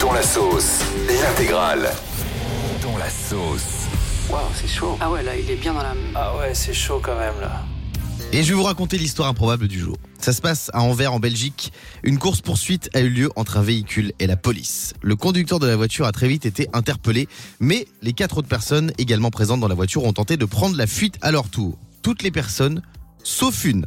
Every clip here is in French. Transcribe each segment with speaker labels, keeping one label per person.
Speaker 1: Dont la sauce, l'intégrale.
Speaker 2: Dans la sauce.
Speaker 3: Waouh, c'est chaud.
Speaker 4: Ah ouais, là, il est bien dans la.
Speaker 3: Ah ouais, c'est chaud quand même là.
Speaker 5: Et je vais vous raconter l'histoire improbable du jour. Ça se passe à Anvers en Belgique. Une course-poursuite a eu lieu entre un véhicule et la police. Le conducteur de la voiture a très vite été interpellé, mais les quatre autres personnes également présentes dans la voiture ont tenté de prendre la fuite à leur tour. Toutes les personnes, sauf une.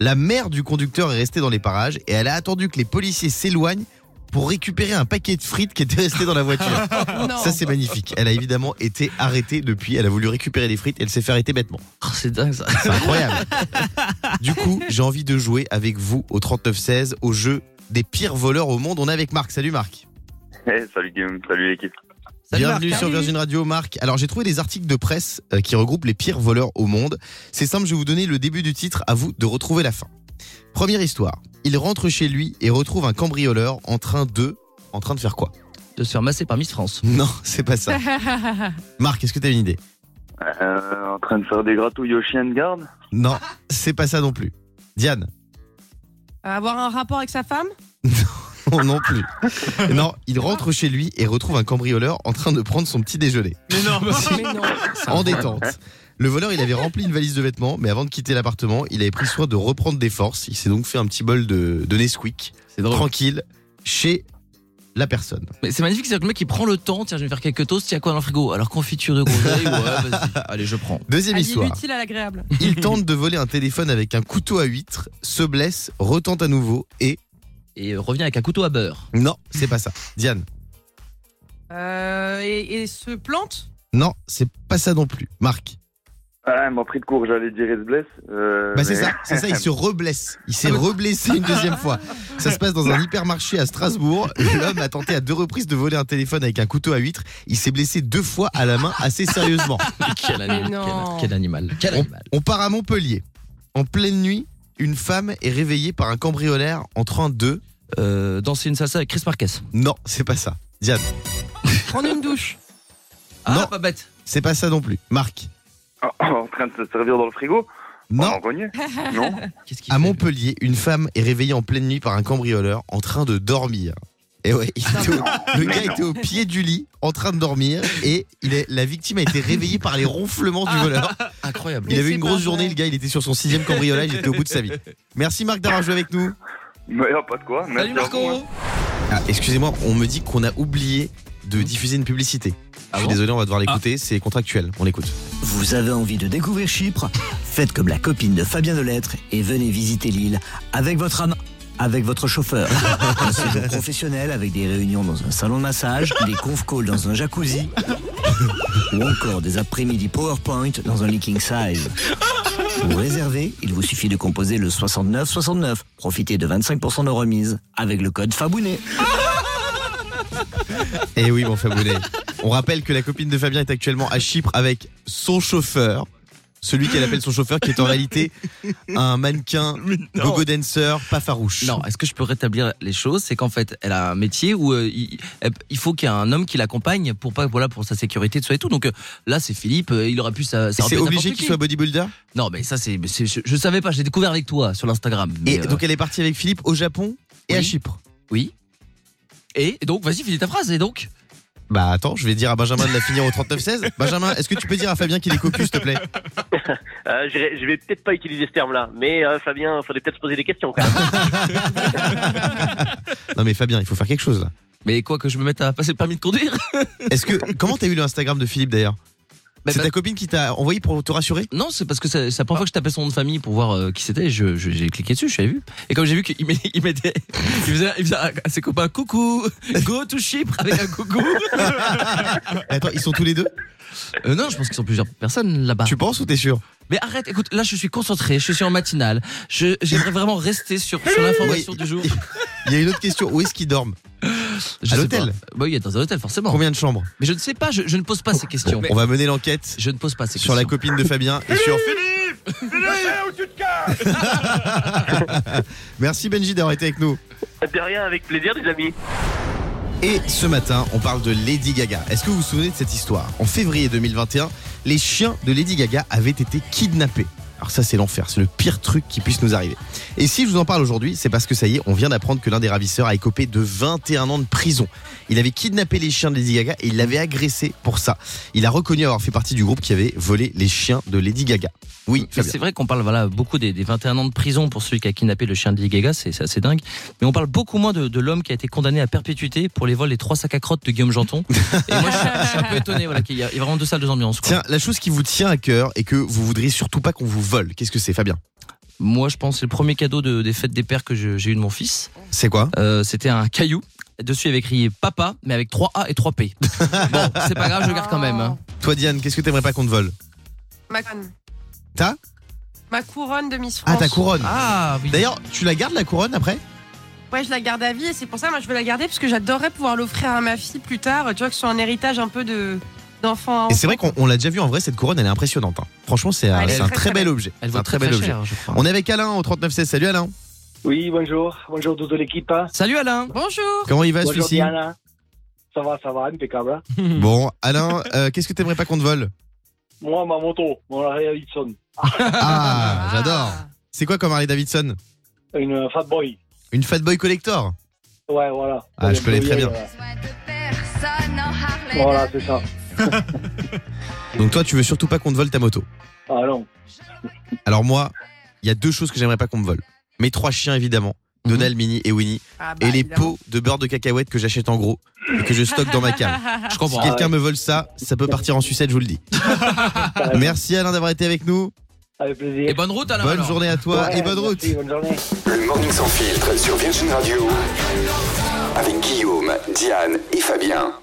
Speaker 5: La mère du conducteur est restée dans les parages et elle a attendu que les policiers s'éloignent pour récupérer un paquet de frites qui était resté dans la voiture.
Speaker 4: Non.
Speaker 5: Ça c'est magnifique. Elle a évidemment été arrêtée depuis. Elle a voulu récupérer les frites et elle s'est fait arrêter bêtement.
Speaker 4: Oh, c'est dingue ça.
Speaker 5: C'est incroyable. du coup, j'ai envie de jouer avec vous au 39-16 au jeu des pires voleurs au monde. On est avec Marc. Salut Marc.
Speaker 6: Eh, salut Guillaume, salut l'équipe.
Speaker 4: Salut,
Speaker 5: Bienvenue
Speaker 4: Marc.
Speaker 5: sur
Speaker 4: Salut.
Speaker 5: Virgin Radio, Marc. Alors, j'ai trouvé des articles de presse euh, qui regroupent les pires voleurs au monde. C'est simple, je vais vous donner le début du titre, à vous de retrouver la fin. Première histoire. Il rentre chez lui et retrouve un cambrioleur en train de. En train de faire quoi
Speaker 4: De se faire masser par Miss France.
Speaker 5: Non, c'est pas ça. Marc, est-ce que t'as une idée
Speaker 6: Euh, en train de faire des gratouilles aux chiens de garde
Speaker 5: Non, c'est pas ça non plus. Diane
Speaker 7: Avoir un rapport avec sa femme
Speaker 5: Non, non plus. Non, il rentre chez lui et retrouve un cambrioleur en train de prendre son petit déjeuner.
Speaker 8: Mais non,
Speaker 7: Mais non.
Speaker 5: en détente. Le voleur, il avait rempli une valise de vêtements, mais avant de quitter l'appartement, il avait pris soin de reprendre des forces. Il s'est donc fait un petit bol de, de Nesquik,
Speaker 4: C'est drôle.
Speaker 5: tranquille, chez la personne.
Speaker 4: Mais c'est magnifique, c'est le mec qui prend le temps. Tiens, je vais me faire quelques toasts. Tiens, quoi dans le frigo Alors, confiture de groseille, ouais, vas-y. Allez, je prends.
Speaker 5: Deuxième
Speaker 7: Allier
Speaker 5: histoire.
Speaker 7: l'utile à l'agréable.
Speaker 5: Il tente de voler un téléphone avec un couteau à huître, se blesse, retente à nouveau et.
Speaker 4: Et euh, revient avec un couteau à beurre.
Speaker 5: Non, c'est pas ça. Diane.
Speaker 7: Euh, et, et se plante
Speaker 5: Non, c'est pas ça non plus. Marc.
Speaker 6: Ah, elle m'a pris de court, j'allais dire il se blesse. Euh,
Speaker 5: Bah c'est
Speaker 6: mais-
Speaker 5: ça, c'est ça, il se reblesse. Il s'est reblessé une deuxième fois. Ça se passe dans un hypermarché à Strasbourg. L'homme a tenté à deux reprises de voler un téléphone avec un couteau à huître. Il s'est blessé deux fois à la main assez sérieusement.
Speaker 4: Quel, animal,
Speaker 7: non.
Speaker 4: quel, quel animal. Quel animal.
Speaker 5: On part à Montpellier. En pleine nuit, une femme est réveillée par un cambriolaire en train de...
Speaker 4: Euh, danser une salsa avec Chris Marquez.
Speaker 5: Non, c'est pas ça. Diane,
Speaker 7: Prendre une douche.
Speaker 4: Ah,
Speaker 5: Non.
Speaker 4: pas bête.
Speaker 5: c'est pas ça non plus. Marc.
Speaker 6: Oh, en train de se servir dans le frigo
Speaker 5: Non,
Speaker 6: En rogner Non
Speaker 4: Qu'est-ce qu'il
Speaker 5: à
Speaker 4: fait,
Speaker 5: Montpellier, une femme est réveillée en pleine nuit par un cambrioleur en train de dormir. Et ouais, il était au- le gars était au pied du lit en train de dormir et il est, la victime a été réveillée par les ronflements du voleur.
Speaker 4: lui Incroyable.
Speaker 5: Il
Speaker 7: Mais
Speaker 5: avait
Speaker 7: c'est
Speaker 5: une
Speaker 7: pas
Speaker 5: grosse
Speaker 7: vrai.
Speaker 5: journée, le gars, il était sur son sixième cambriolage, il était au bout de sa vie. Merci Marc d'avoir joué avec nous.
Speaker 6: Mais y a pas de quoi. merci
Speaker 4: Salut
Speaker 6: à
Speaker 4: Marco.
Speaker 6: vous, hein.
Speaker 5: Ah, Excusez-moi, on me dit qu'on a oublié de diffuser une publicité. Je suis
Speaker 4: bon
Speaker 5: désolé, on va devoir l'écouter, c'est contractuel, on l'écoute.
Speaker 9: Vous avez envie de découvrir Chypre Faites comme la copine de Fabien Delettre et venez visiter l'île avec votre âme. Avec votre chauffeur. Un séjour professionnel avec des réunions dans un salon de massage, des conf calls dans un jacuzzi ou encore des après-midi PowerPoint dans un leaking size. Pour réserver, il vous suffit de composer le 6969. Profitez de 25% de remise avec le code Fabounet.
Speaker 5: Eh oui, mon Fabounet. On rappelle que la copine de Fabien est actuellement à Chypre avec son chauffeur. Celui qu'elle appelle son chauffeur, qui est en réalité un mannequin, gogo dancer, pas farouche.
Speaker 4: Non, est-ce que je peux rétablir les choses C'est qu'en fait, elle a un métier où euh, il, elle- il faut qu'il y ait un homme qui l'accompagne pour pas voilà pour sa sécurité de soi et tout. Donc euh, là, c'est Philippe. euh, Il aurait pu ça. ça aurait
Speaker 5: C'est
Speaker 4: pu être
Speaker 5: obligé
Speaker 4: n'importe
Speaker 5: qu'il
Speaker 4: qui.
Speaker 5: soit bodybuilder.
Speaker 4: Non, mais ça c'est. mais c'est- Je, je savais pas. J'ai découvert avec toi sur l'Instagram. mais,
Speaker 5: Et
Speaker 4: euh,
Speaker 5: donc elle est partie avec Philippe au Japon et à
Speaker 4: Oui.
Speaker 5: Chypre.
Speaker 4: oui. Et et donc, vas-y, finis ta phrase. Et donc,
Speaker 5: Bah attends, je vais dire à Benjamin de la finir au 39-16. Benjamin, est-ce que tu peux dire à Fabien qu'il est cocu, s'il te plaît
Speaker 10: Euh, je vais- je vais peut-être pas utiliser ce terme-là, mais euh, Fabien, faudrait peut-être se poser des questions. Quand même.
Speaker 5: Non mais Fabien, il faut faire quelque chose là.
Speaker 4: mais quoi que je me mette à passer le permis de conduire
Speaker 5: Est-ce que comment t'as eu l'Instagram de Philippe d'ailleurs
Speaker 4: Bah,
Speaker 5: C'est
Speaker 4: bah,
Speaker 5: ta copine qui t'a envoyé pour te rassurer
Speaker 4: Non, c'est parce que c'est c'est la première fois que je tapais son nom de famille pour voir euh, qui c'était. je- je- J'ai cliqué dessus, je l'avais vu. Et comme j'ai vu qu'il met- il mettait, il faisait, il faisait à à ses copains coucou, go to Chypre avec un coucou.
Speaker 5: Attends, ils sont tous les deux
Speaker 4: Euh, non, je pense qu'ils sont plusieurs personnes là-bas.
Speaker 5: Tu penses ou t'es sûr
Speaker 4: Mais arrête, écoute, là je suis concentré, je suis en matinale. Je- J'aimerais vraiment rester sur, sur l'information
Speaker 5: Oui.
Speaker 4: du jour.
Speaker 5: Il y a une autre question, où est-ce qu'ils dorment
Speaker 4: Je sais
Speaker 5: l'hôtel
Speaker 4: pas. Bah oui, dans un hôtel, forcément.
Speaker 5: Combien de chambres
Speaker 4: Mais je ne sais pas, je, je ne pose pas ces questions.
Speaker 5: On va mener l'enquête
Speaker 4: Je ne pose pas ces
Speaker 5: sur la
Speaker 4: questions.
Speaker 5: copine de Fabien et sur. Merci Benji d'avoir été avec nous.
Speaker 10: De rien, avec plaisir, les amis.
Speaker 5: Et ce matin, on parle de Lady Gaga. Est-ce que vous vous souvenez de cette histoire En février 2021, les chiens de Lady Gaga avaient été kidnappés. Alors ça c'est l'enfer, c'est le pire truc qui puisse nous arriver. Et si je vous en parle aujourd'hui, c'est parce que ça y est, on vient d'apprendre que l'un des ravisseurs a écopé de 21 ans de prison. Il avait kidnappé les chiens de Lady Gaga et il l'avait agressé pour ça. Il a reconnu avoir fait partie du groupe qui avait volé les chiens de Lady Gaga. Oui,
Speaker 4: Mais
Speaker 5: Fabien.
Speaker 4: C'est vrai qu'on parle voilà, beaucoup des, des 21 ans de prison pour celui qui a kidnappé le chien de Lady Gaga, c'est c'est assez dingue. Mais on parle beaucoup moins de, de l'homme qui a été condamné à perpétuité pour les vols des trois sacs à crottes de Guillaume Janton. Et moi, je suis, je suis un peu étonné voilà, qu'il y, a il y a vraiment deux salles, deux ambiances. quoi.
Speaker 5: Tiens, la chose qui vous tient à cœur et que vous voudriez surtout pas qu'on vous vole, qu'est-ce que c'est Fabien
Speaker 4: Moi, je pense que c'est le premier cadeau de- des fêtes des pères que je- j'ai eu de mon fils.
Speaker 5: C'est quoi
Speaker 4: Euh, C'était un caillou. Dessus, il avait écrit papa, mais avec 3A et 3P. bon, c'est pas grave, je le garde quand même. hein.
Speaker 5: Toi Diane, qu'est-ce que t'aimerais pas qu'on te vole
Speaker 7: Oh, Ma couronne.
Speaker 5: Ta
Speaker 7: Ma couronne de Miss France.
Speaker 5: Ah ta couronne
Speaker 4: Ah oui.
Speaker 5: D'ailleurs, tu la gardes la couronne après
Speaker 7: Ouais, je la garde à vie et c'est pour ça, moi, je veux la garder parce que j'adorerais pouvoir l'offrir à ma fille plus tard. Tu vois, que ce soit un héritage un peu de d'enfant. à
Speaker 5: Et
Speaker 7: enfant.
Speaker 5: c'est vrai qu'on on l'a déjà vu en vrai, cette couronne elle est impressionnante. hein. Franchement, c'est un,
Speaker 7: Elle est
Speaker 5: c'est un
Speaker 7: très,
Speaker 5: très
Speaker 7: très
Speaker 5: bel
Speaker 7: belle.
Speaker 5: objet.
Speaker 4: Elle
Speaker 5: C'est un
Speaker 4: vaut très,
Speaker 5: bel
Speaker 4: très
Speaker 5: objet.
Speaker 4: cher, je crois.
Speaker 5: On est avec Alain au 3916. Salut Alain.
Speaker 8: Oui, bonjour. Bonjour, toute l'équipe.
Speaker 4: Salut Alain.
Speaker 7: Bonjour.
Speaker 5: Comment il va
Speaker 8: Bonjour,
Speaker 5: celui-ci
Speaker 8: Diana. Ça va, ça va, impeccable. hein.
Speaker 5: Bon, Alain, euh, qu'est-ce que t'aimerais pas qu'on te vole
Speaker 8: Moi, ma moto, mon Harley Davidson,
Speaker 5: Ah, j'adore. C'est quoi comme Harley Davidson
Speaker 8: une euh, Fat Boy.
Speaker 5: Une Fatboy Collector
Speaker 8: Ouais, voilà.
Speaker 5: Ah,
Speaker 8: Elle est
Speaker 5: je connais
Speaker 8: un peu
Speaker 5: très
Speaker 8: vieille,
Speaker 5: bien.
Speaker 8: ouais. Voilà, c'est ça.
Speaker 5: Donc toi, tu veux surtout pas qu'on te vole ta moto.
Speaker 8: Ah non.
Speaker 5: Alors moi, il y a deux choses que j'aimerais pas qu'on me vole. Mes trois chiens évidemment,
Speaker 7: Mhm.
Speaker 5: Donald, Minnie et Winnie,
Speaker 7: Ah,
Speaker 5: et
Speaker 7: bah,
Speaker 5: les
Speaker 7: évidemment.
Speaker 5: pots de beurre de cacahuète que j'achète en gros et que je stocke dans ma cave.
Speaker 4: Je
Speaker 5: Si
Speaker 4: comprends.
Speaker 5: quelqu'un me vole ça, ça peut partir en sucette, je vous le dis. Merci Alain d'avoir été avec nous.
Speaker 8: Avec plaisir.
Speaker 4: Et bonne route Alain.
Speaker 5: Bonne
Speaker 4: alors.
Speaker 5: journée à toi
Speaker 8: Ouais,
Speaker 5: et bonne route.
Speaker 8: merci, Bonne journée.
Speaker 1: Le Morning Sans Filtre sur Virgin Radio avec Guillaume, Diane et Fabien.